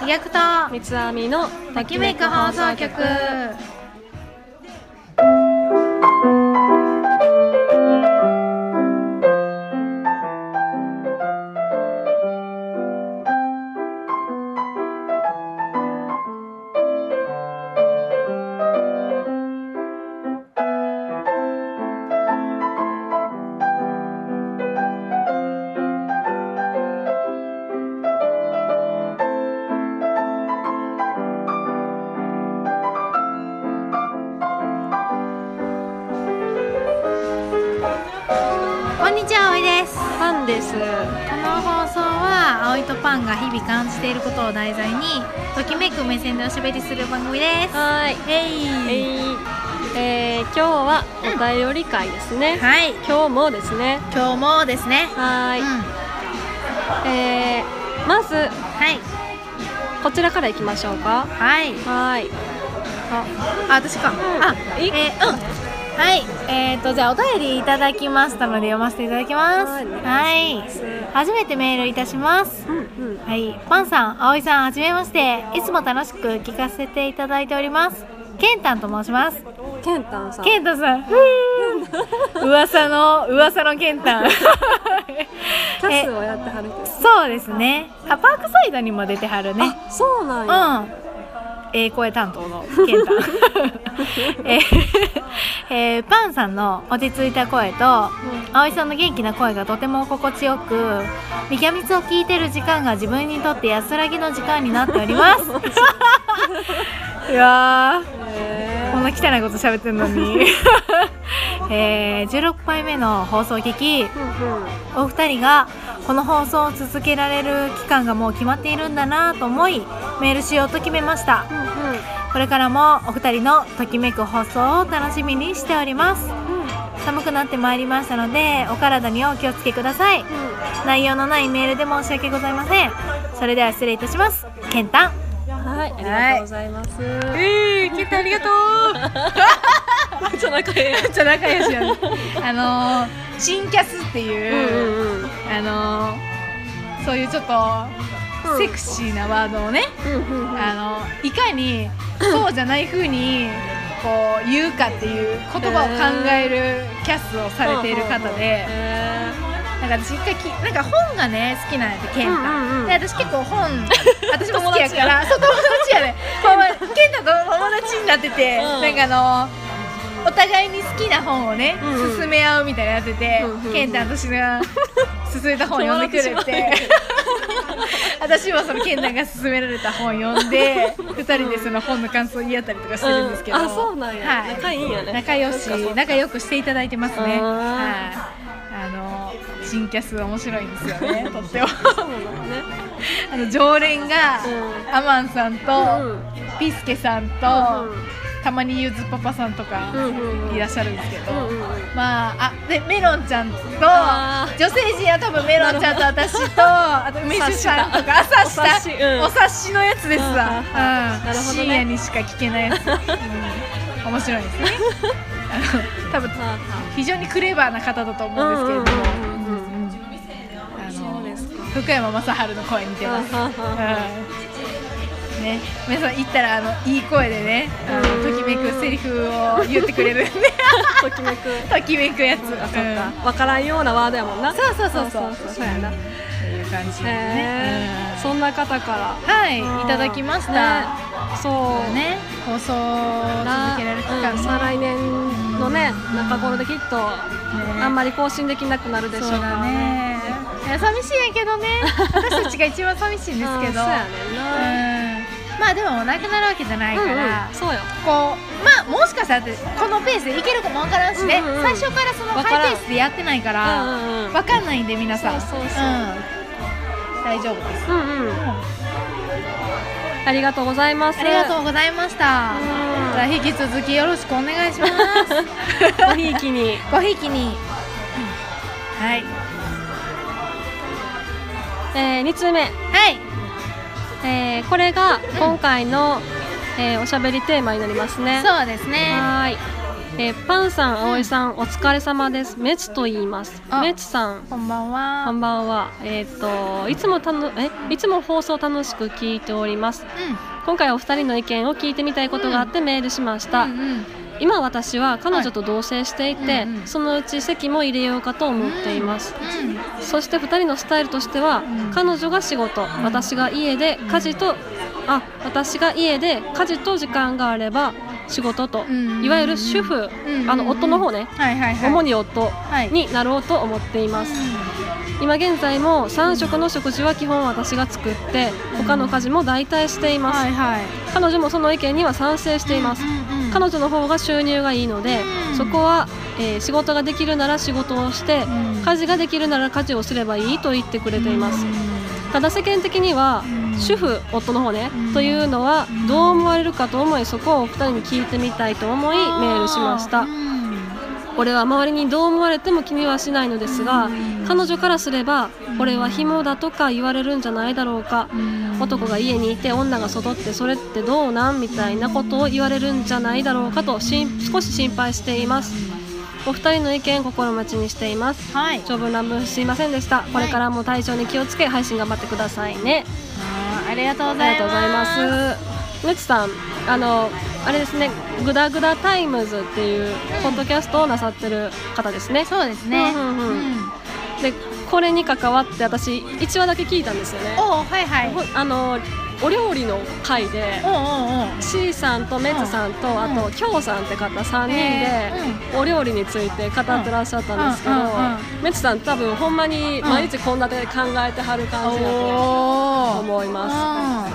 飛躍と三つ編みのときめく放送局こんにちはおいですこパンですの放送は葵とパンが日々感じていることを題材にときめく目線でおしゃべりする番組ですはいええいいえー今日はお便り会ですね、はい今日もですね今日もですねはーい、うんえーまずはいこちらからいきましょうかはいはーいあ、あ私か。あ、いえーうん。はい、えっ、とじゃあお便りいただきましたので読ませていただきます。はいおはい、初めてメールいたします。うんうんはい、パンさん、葵さん、はじめまして。いつも楽しく聞かせていただいております。ケンタンと申します。ケンタンさんケンタさん。ふ ー噂の噂のケンタン。キャえスをやってはるけどそうですね。あ、パークサイドにも出てはるね。あそうなんや、うん。ええ声担当のケンタ。えーえーパンさんの落ち着いた声と、葵さんの元気な声がとても心地よく、みきゃみつを聞いてる時間が自分にとって安らぎの時間になっております。いやー、へこんな汚いこと喋ってんのに。 えー、16回目の放送を聞き、ーうんうんお二人がこの放送を続けられる期間がもう決まっているんだなと思いメールしようと決めましたうこれからもお二人のときめく放送を楽しみにしておりますんうんうん寒くなってまいりましたのでお体にお気をつけください内容のないメールで申し訳ございませんそれでは失礼いたしますケンタンはい、ありがとうございます。えー、ケンタンありがとう ちょっと仲良い。ちょ仲良しよね あのー、新キャスってういんうんうん。あのーそういうちょっとうんセクシーなワードをね、うんうんうん。あのいかにそうじゃない風にこう言うかっていう言葉を考えるキャスをされている方で、へなんか私一回きなんか本がね好きなんやって健太、うんうんうんで私結構本 私も好きやからそう友達やねほんま健太と友達になってて、うんなんかあのお互いに好きな本をね、うんうん勧め合うみたいなのやってて、うんうんうん健太私が勧めた本読んでくれ 友達てや私もその健太が勧められた本読んで2人でその本の感想を言い合ったりとかしてるんですけど、うんあそうなんやはい仲いいんやね仲良そっかそっしか仲良くしていただいてますねはいあーあの新キャス面白いんですよね とってもそうなのね。あの常連が、うんアマンさんと、うんピスケさんと、うたまにゆずパパさんとかうんうんうんいらっしゃるんですけど、んうんうん。まああでメロンちゃんとあ女性陣は多分メロンちゃんと私とあと梅酒さんとか朝察しだ下お察しうんお察しのやつですわ、うんうはいんなるほどね深夜にしか聞けないやつ、うん面白い ですねあの多分は非常にクレバーな方だと思うんですけれどもうんうんうんうんうんあのそうですか福山雅治の声に似てます、ははうんね、皆さん行ったらあのいい声でねあのうんときめくセリフを言ってくれるん でときめく。ときめくやつそっかそうんっか。わからんようなワードやもんな。そうそうそうそうそうそうそうやなっていう感じでへねえ。うんそんな方から。はいいただきました、ね。そう。ね放送を続けられる期間うんも再来年のね中頃できっとあんまり更新できなくなるでしょそううかだらね。ねいや寂しいんやけどね私たちが一番寂しいんですけど うんそうやねんな。うんまあでもなくなるわけじゃないから、うんうんそうよ。こうまあもしかしたらこのペースでいけるかもわからんしね、うんうん最初からそのわからハんイペースでやってないかうらわんうんうかん。んないんで皆さん、そうそうそうん大丈夫です、うんうん。ありがとうございます。ありがとうございました、うんじゃあ引き続きよろしくお願いしますごひいきに。 ごひいきにはいえー、2通目、はいえー、これが今回の、えーおしゃべりテーマになりますね。そうですねはーい。えーパンさん、葵さん、お疲れ様です。メツと言います。あメツさん、こんばんはこんばんは。えっ、と、いつもたの、え、いつも放送楽しく聞いております。今回お二人の意見を聞いてみたいことがあってメールしました。うんうんうん今私は彼女と同棲していて、はいうんうんそのうち席も入れようかと思っています。そして2人のスタイルとしては、うん彼女が仕事私が家で家事とあ私が家で家事と時間があれば仕事と、うんいわゆる主婦、うんあの夫の方ね、はいはいはい主に夫はいになろうと思っています、今現在も3食の食事は基本私が作ってうん他の家事も代替しています、はいはい彼女もその意見には賛成しています、うんうん彼女の方が収入がいいので、うんそこは、えー仕事ができるなら仕事をして、うん家事ができるなら家事をすればいいと言ってくれています、うんただ世間的には、うん主婦夫の方ね、うんというのはうんどう思われるかと思いそこをお二人に聞いてみたいと思いメールしましたうん俺は周りにどう思われても気にはしないのですがうん彼女からすればうん俺は紐だとか言われるんじゃないだろうかうん男が家にいて女が外ってそれってどうなんみたいなことを言われるんじゃないだろうかとしん少し心配していますお二人の意見心待ちにしていますはい長文乱文すいませんでしたこれからも体調に気をつけ配信頑張ってくださいねあーありがとうごあざりがいとうございまますすむつさんあのあれですねグダグダタイムズっていうポッドキャストをなさってる方ですねそうですねうんうんうんうんでこれに関わって私1話だけ聞いたんですよねおうはいはいほあのお料理の回でおうおうおう C さんとメツさんと、あとキョウさんって方3人で、えお料理について語ってらっしゃったんですけど、うんうんうんメツさん多分ほんまに毎日こんなで考えてはる感じだとお思いまうん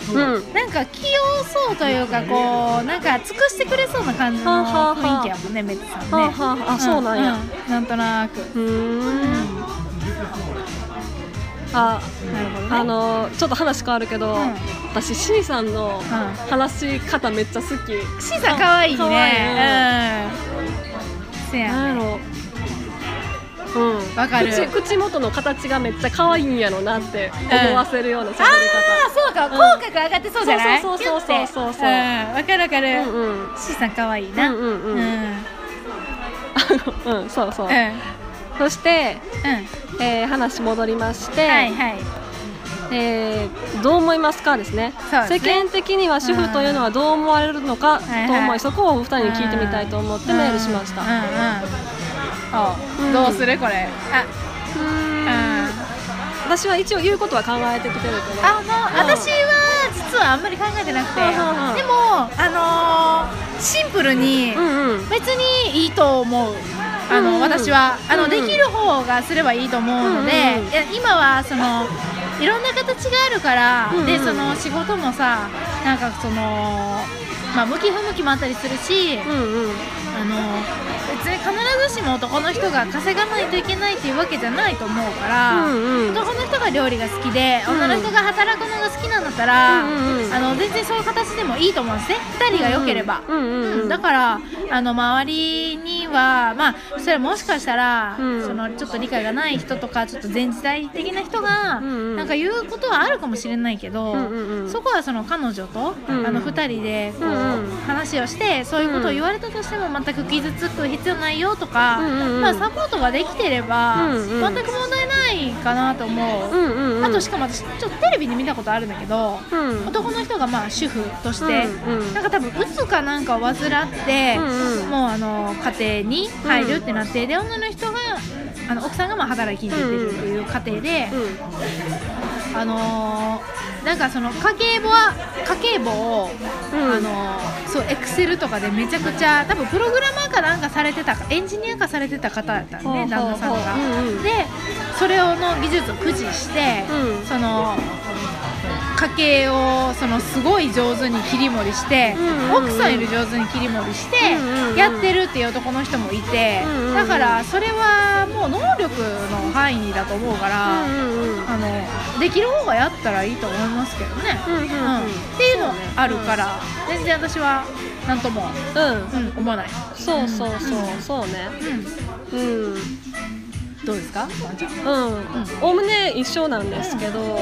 すうん、うんなんか器用そうというかこうなんか尽くしてくれそうな感じのはあはあは雰あ囲気やもんねメッツさんねはあはああそうなんやうんなんとなくうーんなあるほどねあのちょっと話変わるけど、うん私 C さんの話し方めっちゃ好き、シーさん可愛い可愛いねうんせやなんねやろううんわかる口口元の形がめっちゃ可愛いんやろなって思わせるような喋り方、ああそうかん口角上がってそうじゃないそうそうそうそうそうそうキュッてうんわかるわかうるんうんシーさん可愛いなうんうんうんうんうん、そうそう、うんそして、うんえー話戻りまして、はいはいえーどう思いますかですねそうですね世間的には主婦というのはどう思われるのかとはい思い、はいそこをお二人に聞いてみたいと思ってメールしました、ううんんうんうんおどうするこれあうん私は一応言うことは考えてきてるけどあの、うん私は実はあんまり考えてなくて、うんうんうんでもあのーシンプルにうんうん別にいいと思う。あうんのうん私はあの、うんうんできる方がすればいいと思うので、うんうんうんいや今はそのいろんな形があるから、うんうんでその仕事もさなんかそのまあ向き不向きもあったりするし、うんうんあの別に必ずしも男の人が稼がないといけないっていうわけじゃないと思うから、うんうん男の人が料理が好きで、うん女の人が働くのが好きなんだったら、うんうんうんあの全然そういう形でもいいと思うんですね2人が良ければ、うんうんうんうんうんだからあの周りにはまあそれはもしかしたら、うんそのちょっと理解がない人とかちょっと全時代的な人が、うんうんなんか言うことはあるかもしれないけど、うんうんうんそこはその彼女と、うんあの2人でこう、うんうん話をしてそういうことを言われたとしても全く傷つく必要ないよとか、うんうんうんまあ、サポートができてれば、うんうん全く問題ないかなと思う、うんうんうんあとしかも私ちょっとテレビで見たことあるんだけどうん男の人がまあ主婦として、うんうんなんか多分うつかなんかを患って、うんうんもうあの家庭に入るってなって、で女の人があの奥さんがまあ働きに出てるっていう家庭で、うんあのーなんかその家計簿は家計簿を、うんあのーそうエクセルとかでめちゃくちゃ多分プログラマーかなんかされてたかエンジニアかされてた方だったのほうほねう旦那さんが。うんうんでそれをの技術を駆使して、うんその家計をそのすごい上手に切り盛りして、うんうんうん奥さんより上手に切り盛りしてうんうんうんやってるっていう男の人もいて、うんうんうんだからそれはもう能力の範囲だと思うから。うんうんうんあのできる方がやったらいいと思いますけどね、うんうんうんっていうのはあるから、全然私は何とも、うんうん、思わない、そうそうそうそうねうん、うんどうですかワンちゃんうんおおむね一緒なんですけど、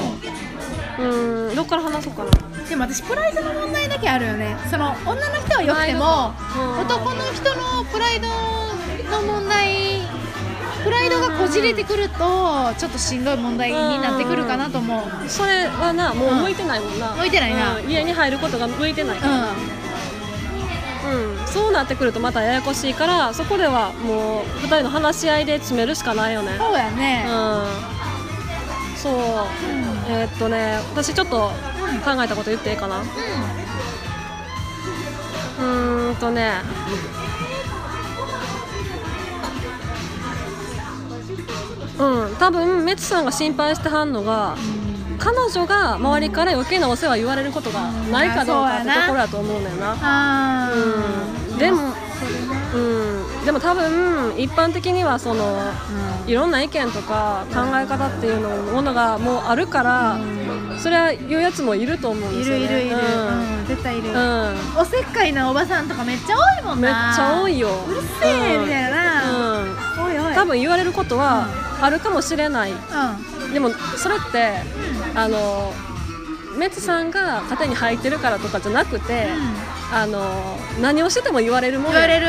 うんどっから話そうかなでも私プライドの問題だけあるよねその女の人は良くてもうん男の人のプライドの問題プライドがこじれてくるとちょっとしんどい問題になってくるかなと思ううそれはなもううん向いてないもんな、向いてないなうん家に入ることが向いてないから、んうん、そうなってくるとまたややこしいからそこではもう2人の話し合いで詰めるしかないよねそうやうねんそうえーっとね私ちょっと考えたこと言っていいかなうーんとねうん多分メツさんが心配してはんのが彼女が周りから余計なお世話言われることがないかどうかってところだと思うのよなあうんでも、うん、でも多分一般的にはそのいろんな意見とか考え方っていうのものがもうあるから、それは言うやつもいると思うんいですよ、るね、いるいる、うんうん、絶対いる、うんおせっかいなおばさんとかめっちゃ多いもんなめっちゃ多いようるせえみたいな、うんうんおいおい多分言われることはあるかもしれないでもそれってあのメツさんが糧に入ってるからとかじゃなくて、うん、うんあの何をしてても言われるもん言やわれる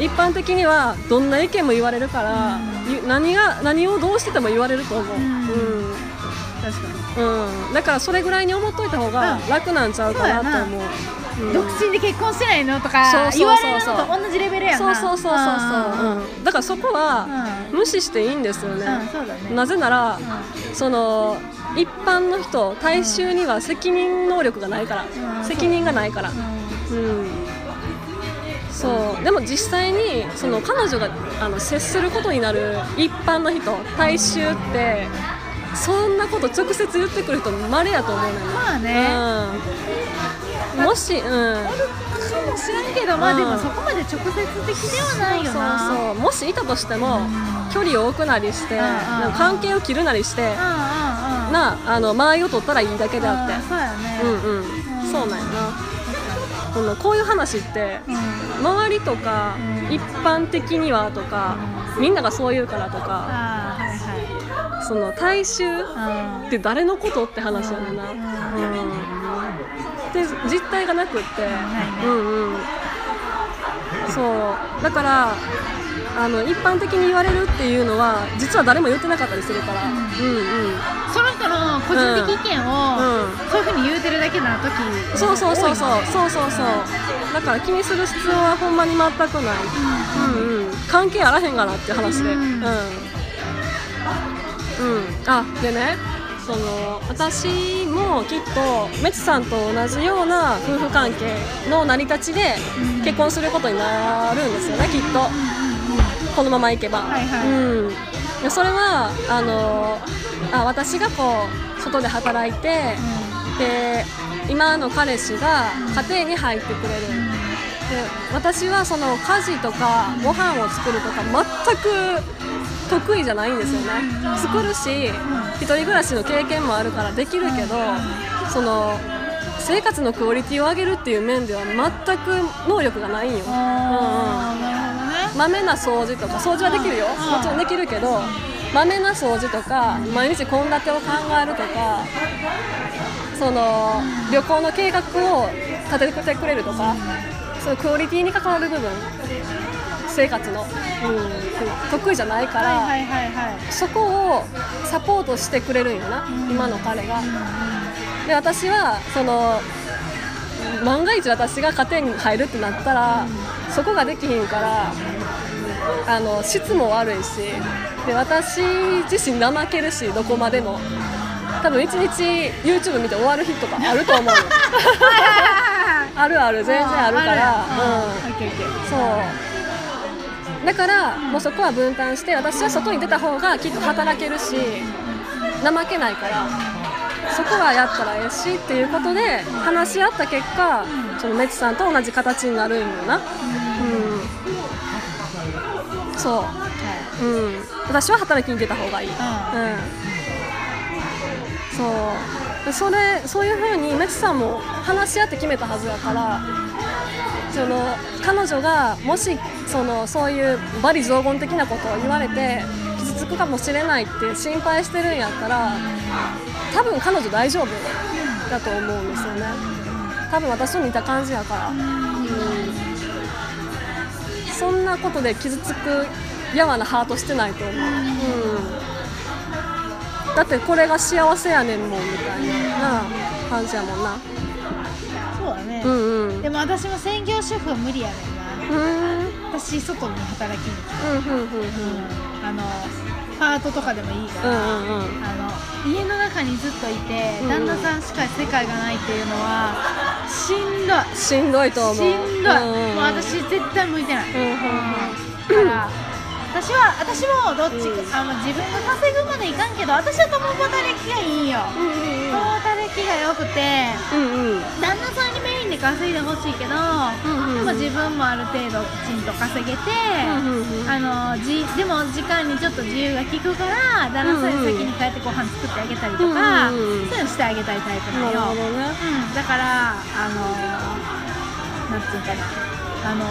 うん一般的にはどんな意見も言われるから、ゆ何が何をどうしてても言われると思う、ううんん確かにうんだからそれぐらいに思っといた方がうん楽なんちゃうかなと思う、うん独身で結婚してないのとそうかそう言そうわそうれるのと同じレベルやんそなうそうそうそうそう、うんだからそこはう無視していいんですよね、んうんそうだねなぜなら、うその一般の人大衆には責任能力がないから、うん責任がないから、うん、そうでも実際にその彼女があの接することになる一般の人大衆ってそんなこと直接言ってくる人まれやと思うのよ、まあねうん、もし、うん、かもしれんけどまうあんでもそこまで直接的ではないよなそうそうそうもしいたとしても距離を置くなりして、うんうんうんなんか関係を切るなりして、うんうんうんなあの間合いを取ったらいいだけでうあんっそうやねてうんうん、そうなんやなこのこういう話ってうん周りとかうん一般的にはとかみんながそう言うからとかああはいはいその大衆って誰のことって話やねんな、ううんん、で実態がなくっていねうんうんそうだからあの一般的に言われるっていうのは実は誰も言ってなかったりするからうんうんうんその人の個人的意見をうんそういうふうに言うてるだけな時そうそうそうそう多いねそうそうそうだから気にする必要はほんまに全くないうんうん関係あらへんがなって話でううんんうんあでねその私もきっとメツさんと同じような夫婦関係の成り立ちでうん結婚することになるんですよねきっとこのままいけば、はいはいうんでそれはあのあ私がこう外で働いて、で今の彼氏が家庭に入ってくれるで私はその家事とかご飯を作るとか全く得意じゃないんですよね作るし一人暮らしの経験もあるからできるけどその生活のクオリティを上げるっていう面では全く能力がないんよああなるほまめな掃除とか掃除はできるようんもちろんできるけどまめな掃除とか毎日献立を考えるとかその旅行の計画を立ててくれるとかそのクオリティに関わる部分生活の、うん、得意じゃないかどねら、はいはいはいはいそこをサポートしてくれるんよな、今の彼が。で私はその万が一私が家庭に入るってなったら、そこができひんからあの質も悪いしで私自身怠けるしどこまでも多分一日 YouTube 見て終わる日とかあると思 うよあるあ る全然あるからあうんーあるやんうんオッケーオッケーそうだからもうそこは分担して私は外に出た方がきっと働けるし怠けないからそこはやったらええしっていうことで話し合った結果そのメツさんと同じ形になるんよなうんそううん私は働きに出た方がいいうんそうでそれそういうふうにメツさんも話し合って決めたはずだからその彼女がもしそのそういう罵詈雑言的なことを言われて傷つくかもしれないって心配してるんやったら多分彼女大丈夫だと思うんですよね多分私と似た感じやから、うんそんなことで傷つくやわなハートしてないと思う、うんだってこれが幸せやねんもんみたいな感じやもんなそうだね、うんうんでも私も専業主婦は無理やねんうんな私外に働きに行うんうんうんく、あのパートとかでもいいから、うんうんあの家の中にずっといて、うん旦那さんしか世界がないっていうのはしんどいしんどいと思うしんどい、うんうんうんもう私絶対向いてない、うんうんうんだから私は私もどっちか、うあのん自分が稼ぐまでいかんけど私は共働きがいいようん共働きがよくてうんうん旦那さんにメインで稼いでほしいけど、うんまあ、うん自分もある程度きちんと稼げて、うんうんうんあのじでも時間にちょっと自由が利くから旦那さんに先に帰ってご飯作ってあげたりとか、うんうんうんそういうのしてあげたいタイプなのなるよ、ほどねうん、だからあのなんつうんかなあの、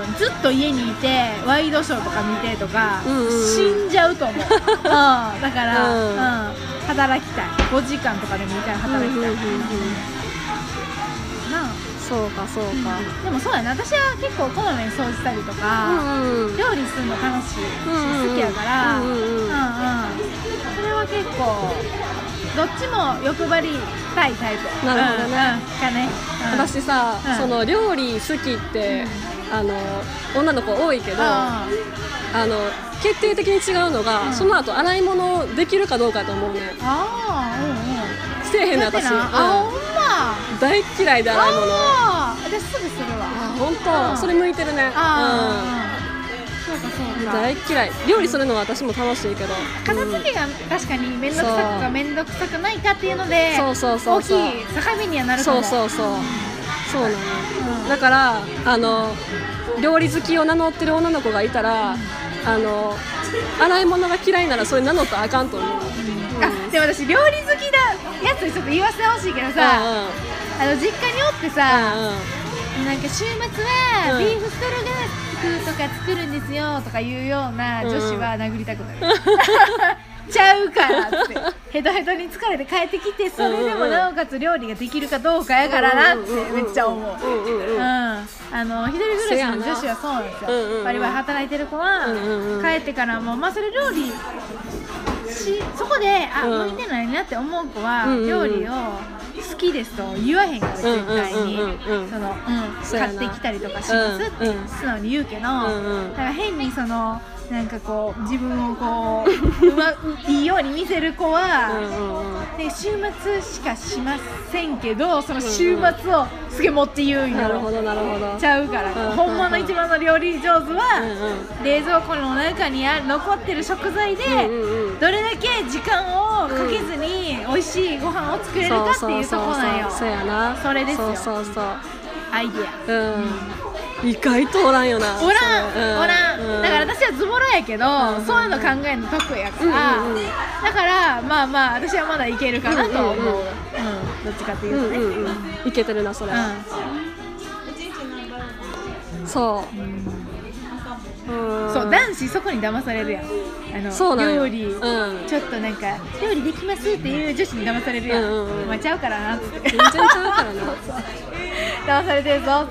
うん、ずっと家にいてワイドショーとか見てとか、うんうんうん死んじゃうと 思う、うん、だから、うんうん働きたい5時間とかでもいいから働きたい、うんうんうんうんなあそうかそうかでもそうやな私は結構こまめに掃除したりとか、うんうん料理するの楽しい、うんうん好きやからうんうんうんうんそれは結構どっちも欲張りたいタイプなるほうどねんうんかね、うん、私さ、うんその料理好きって、あの女の子多いけど、あうんの決定的に違うのが、うんその後洗い物できるかどうかやと思うねあーうんせえへうんんねだって私、なうんあほんま大っ嫌いで洗い物ああー私すぐするわ本当、うんそれ向いてるねうんあー、うん、そうかそうか大っ嫌い料理するのは私も楽しいけど片付けが確かに面倒くさくか面倒くさくないかっていうのでそうそうそうそう大きい境目にはなるかそもうそうそうそうなの、うんだからあの料理好きを名乗ってる女の子がいたら、あの洗い物が嫌いならそれ名乗ったらあかんと思う、うんあでも私料理好きだやつにちょっと言わせてほしいけどさ、あの実家におってさ、うなんか週末はうんビーフストロガノフとか作るんですよとか言うような女子は殴りたくなる、ちゃうからってヘトヘトに疲れて帰ってきてそれでもなおかつ料理ができるかどうかやからなってめっちゃ思う。んうんうんうんうんうんうんうん、うんあの一人暮らしの女子はそうなんですよ、うんうんうんバリバリ働いてる子は、うんうんうん帰ってからもまあそれ料理しそこであ、うん向いてないなって思う子は、うんうんうん料理を好きですと言わへんから絶対に、うんうんうんうんその、うんそうや買なってきたりとかしますってうんうん素直に言うけど、んうんだから変にそのなんかこう自分をこうう まいいように見せる子は、うんうんで週末しかしませんけどその週末をすげえ持って言うんなやるほろどなるほどちゃうからうん本物一番の料理上手うんはうん冷蔵庫の中にある残ってる食材でうんうんどれだけ時間をかけずに美味しいご飯を作れるかっていうとこなんよそうやなそれですよそうそうそうアイディアうん意外とおらんよなおらそれうんおらん、うんだから私はズボラやけど、うんそういうの考えるの得意やから、うんうんうんだからまあまあ私はまだいけるかなとは思う、うんうんうんうんどっちかっていううんとね、うんうんいけてるなそれはそうんううんそう男子そこに騙されるやんあのそうなんよ料理、うんちょっとなんか料理できますっていう女子に騙されるやん、うんうんうんまあちゃうからなっつって全然ちゃうから な騙されてるぞう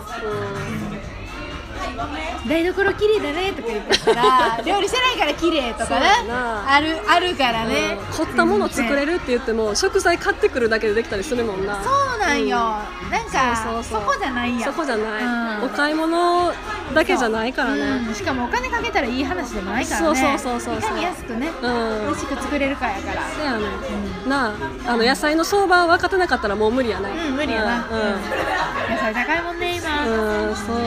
台所綺麗だねとか言ってた ら料理してないから綺麗とかねそうやなあるあるからんね、うん凝ったもの作れるって言っても食材買ってくるだけでできたりするもんなそうなんよ、なんかそうそうそうこじゃないやんそこじゃない、うんお買い物だけじゃないからうねんしかもお金かけたらいい話でもないからねそうそうそうそうそういかに安くね、うん、美味しく作れるかやからそうやね、なああの野菜の相場分かってなかったらもう無理やなうん無理やな、野菜高いもんね今、うん、うんうんそうよ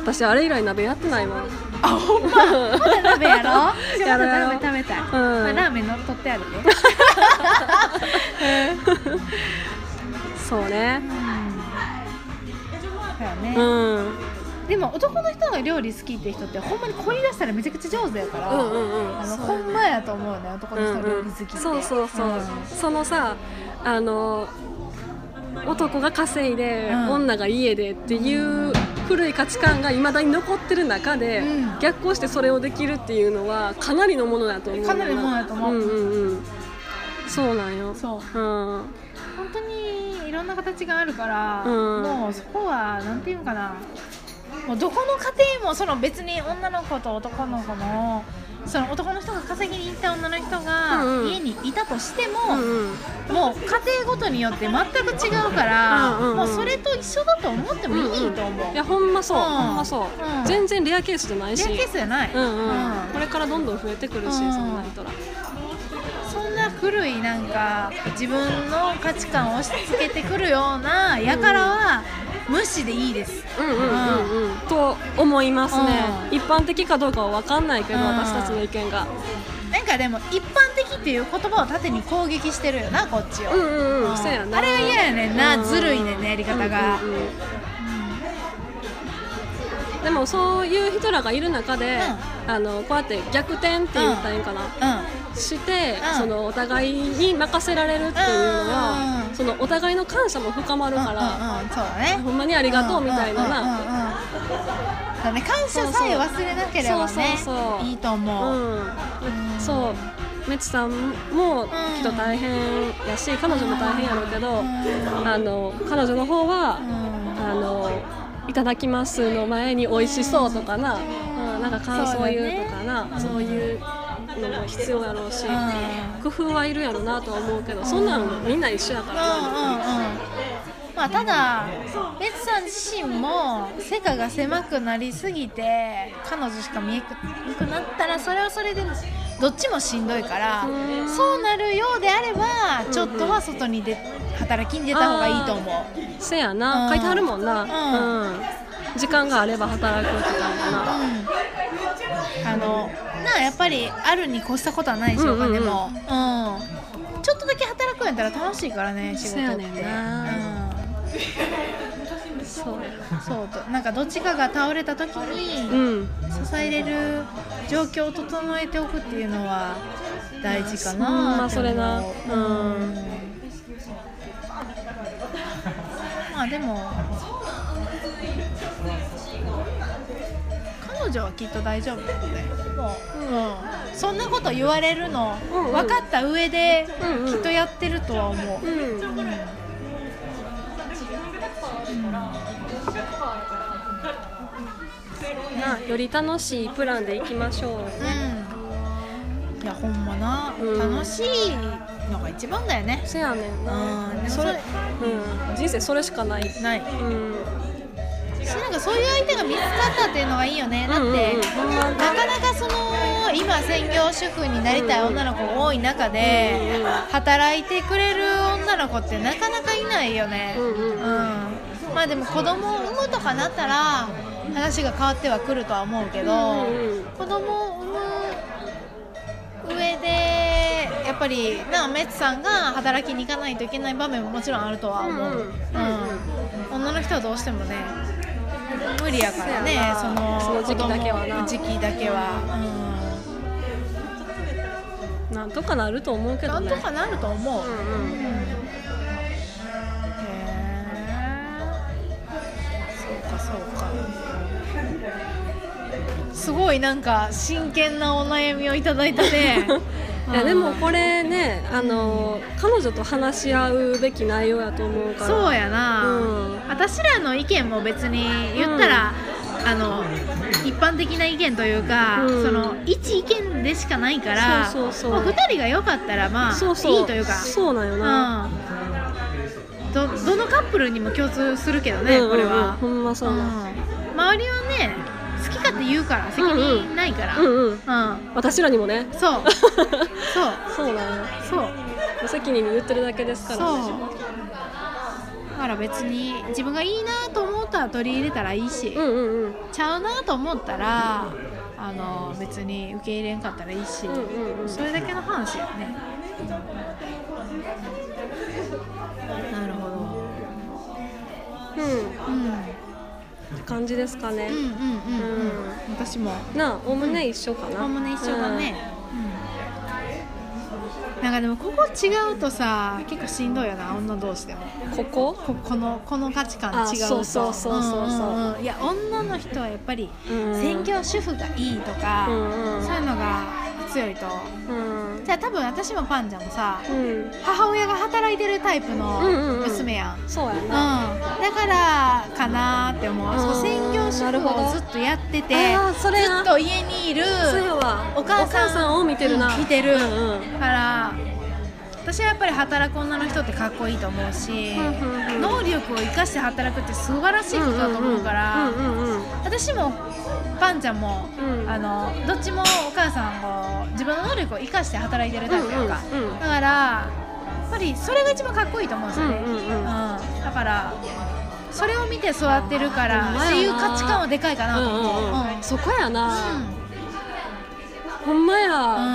私あれ以来鍋やってないわあほんままだ鍋や ろじゃやあまろだうやろう鍋食べたい、んまあ、ラーメンのっとってあるねそうねだよねう、んうんでも男の人が料理好きって人ってほんまに凝り出したらめちゃくちゃ上手やから、うんうんあそのうほんまやと思うね男の人が料理好きって、そうそうそう、んそのさあの男が稼いで、うん女が家でっていう古い価値観がいまだに残ってる中で、うん逆行してそれをできるっていうのはかなりのものだと思うかなりのものだと思うんうんうんそうなんよそううん本当にいろんな形があるから、うんもうそこはなんていうのかなもうどこの家庭もその別に女の子と男の子のその男の人が稼ぎに行った女の人うんがうん家にいたとしてうも、んうんもう家庭ごとによって全く違うから、うんうんうんもうそれと一緒だと思ってもいいと思う、いやほんまそう、うんほんまそう、うん全然レアケースじゃないしレアケースじゃない、うんうんうんこれからどんどん増えてくるし、うんそんな人らそんな古いなんか自分の価値観を押し付けてくるようなやからは無視でいいですうんうんうんうん、と思いますね、うん一般的かどうかは分かんないけど、うん私たちの意見がなんかでも一般的っていう言葉を縦に攻撃してるよなこっちを、うんうんうんそうやなあれが嫌やねんな、ずるいねんねやり方が、うんうんうんでもそういう人らがいる中で、あのこうやって逆転って言ったらいいんかな、うして、うんそのお互いに任せられるっていうのは、うんそのお互いの感謝も深まるん、うん、うんうかんら、そうだねほんまにありがとうみたいなな、うんうんうんうんそうね感謝さえ忘れなければねそうそうそういいと思う、うんうんそうメチさんもきっと大変やし、彼女も大変やろうけど、うんあの彼女の方は、うんあのいただきますの前に美味しそうとかな、んうん、なんか感想言うとかなそう,、いうのも必要やろうし、う工夫はいるやろなとは思うけど、そんなんみんな一緒やからうんうんうな、んまあただベツさん自身も世界が狭くなりすぎて彼女しか見えなくなったらそれはそれでどっちもしんどいからうんそうなるようであればちょっとは外に出働きに出た方がいいと思う。せやうな、ん書いてあるもんな、うんうん時間があれば働くって感じうんあな、のなあやっぱりあるに越したことはないでしょうんううんうんでも、うん、ちょっとだけ働くんやったら楽しいからね仕事ってそうやねんなそううん、そうとなんかどっちかが倒れた時うにん支えれる状況を整えておくっていうのは大事かなうんまあそれなって思うんうんまあでも彼女はきっと大丈夫だよねもう、うん、そんなこと言われるのうんうん分かった上でうんうんきっとやってるとは思う、うんうんなより楽しいプランでいきましょううんいやほんまな、うん楽しいのが一番だよねせやねんなうんでもそそれ、れうん、人生それしかないないうんしなんかそういう相手が見つかったっていうのがいいよねだって、うんうんうんほんまなかなかその今専業主婦になりたい女の子が多い中でうんうん働いてくれる女の子ってなかなかいないよねうんうんうんまあでも子供を産むとかなったら話が変わってはくるとは思うけど、うんうん子供を産む上でやっぱりなあメッツさんが働きに行かないといけない場面ももちろんあるとは思う、うんううんん女の人はどうしてもね無理やからねそうやなそのその時期だけはな子供の時期だけは、なんとかなると思ううけん、なんどねとかなると思う、ううんんうんへーそうかそうかすごいなんか真剣なお悩みをいただいたね いやでもこれねあの彼女と話し合うべき内容やと思うからそうやな、うん私らの意見も別に言ったら、あの一般的な意見というか、うんその一意見でしかないからそうそうそうまあ、2人が良かったらまあそうそういいというかそうなんよな、うん、どどのカップルにも共通するけどね、うんうんこうんれは、ほんまそううんな、周りはね好き勝手言うから責任ないからうんうん、うん私らにもねそうそうそうなんよそう無責任に言ってるだけですかそうらねだから別に自分がいいなと思ったら取り入れたらいいし、うんうんうんちゃうなと思ったらあの別に受け入れんかったらいいし、うんうんうんそれだけの話やねなるほど、うんうん、うんって感じですかね、うんうんうん、私もなあおおむね一緒かなおおむね一緒だね、うんなんかでもここ違うとさ結構しんどいよな女同士でもうんここここのこの価値観違うとあそうそうそうそうそうんんんいや女の人はやっぱりうん専業主婦がいいとか、うんうんそういうのが強いとうんじゃあ多分私もパンちゃんもさうん母親が働いてるタイプうんうんのうん娘やん,、うんそうやなだからかなーって思う、うんそう専業主なる婦ほをどずっとやっててあーそれずっと家にいるそうやわお母さんを見てるな、見てる、うんうんから私はやっぱり働く女の人ってかっこいいと思うし、うんうんうん能力を生かして働くって素晴らしいことだと思うから、うんうんうん私もパンちゃんも、うんあのどっちもお母さんを自分の能力を生かして働いてるタイプやんか、うんうんうんだからやっぱりそれが一番かっこいいと思うんですよね、うんうんうんだからそれを見て育ってるからほっんまやなていう価値観はでかいかなと思う、うんうんうんそこやな、うほんまや、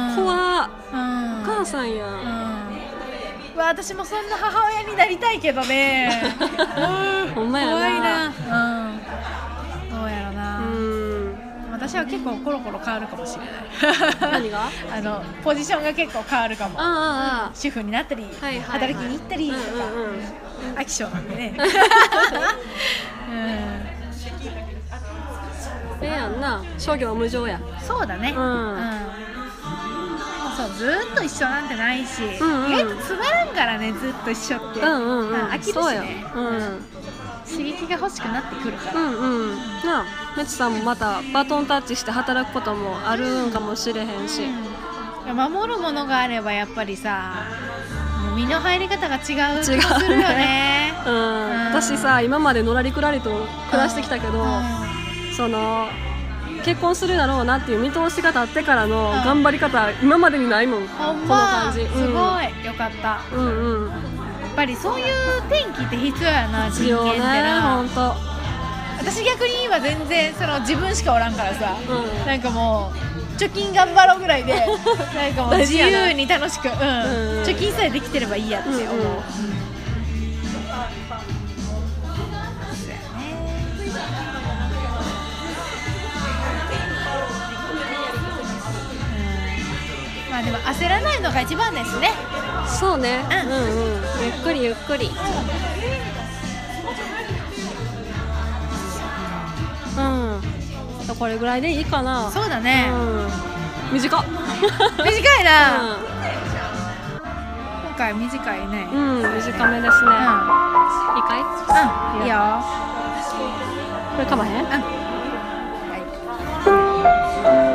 うん怖っんうんお母さんや、うんん、わ私もそんな母親になりたいけど ねうんほんまやな怖いな、うん、どうやろな、うん、私は結構コロコロ変わるかもしれない何が あのポジションが結構変わるかもあああ主婦になったり、あはいはい、はい、働きに行ったりとか、うんうんうん、飽き性なんで ね、ええやんな商業は無常やうん、そうだね、うんそうずーっと一緒なんてないし、んうん意外とつまらんからねずっと一緒って、うんうんうん飽きるしそうよねうん刺激が欲しくなってくるから、うんうんなあめつさんもまたバトンタッチして働くこともあるんかもしれへんし、守るものがあればやっぱりさもう身の入り方が違う気違うねがするよねうん、私さ今までのらりくらりと暮らしてきたけど、うその結婚するだろうなっていう見通しが立ってからのうん頑張り方、今までにないもん、んこほんのま感すじ、ごいよかったやうん、うんうんっぱりそういう天気って必要やな人必要間ねってな本当私逆に今全然その自分しかおらんからさ、うんなんかもう貯金頑張ろうぐら いでなんかもう大自事やな由に楽しく、うんうんうん貯金さえできてればいいやって思う、うんうんうんまあでも焦らないのが一番ですね。そうね、ううんん、うんゆっくりゆっくりうんあとこれぐらいでいいかなそうだうね。ん短短っいな。今回短いね。う。うんん、うん、短めですね、いいかいうん。いいよ。これかまへんは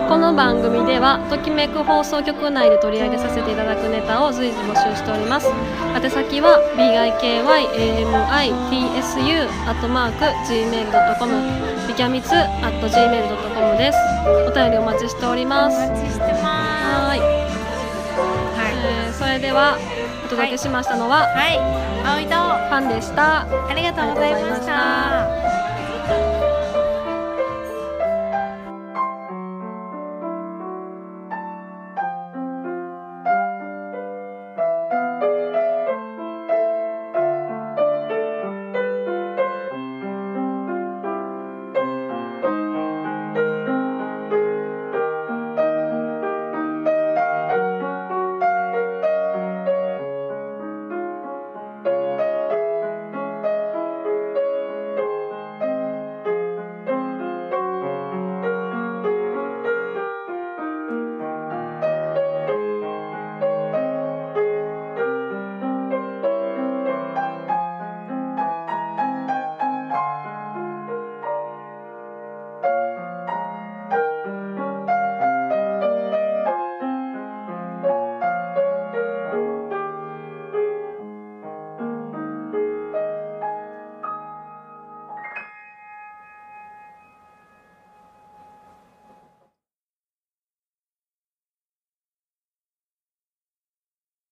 この番組ではときめく放送局内で取り上げさせていただくネタを随時募集しております宛先は bikyamiitsu.gmail.com ビキャミツ .gmail.com ですお便りお待ちしておりまい。すお待ちしてまはーす。い、はえーそれではお届けしましたのは、い。はい。葵とファンでしたありがとうございました。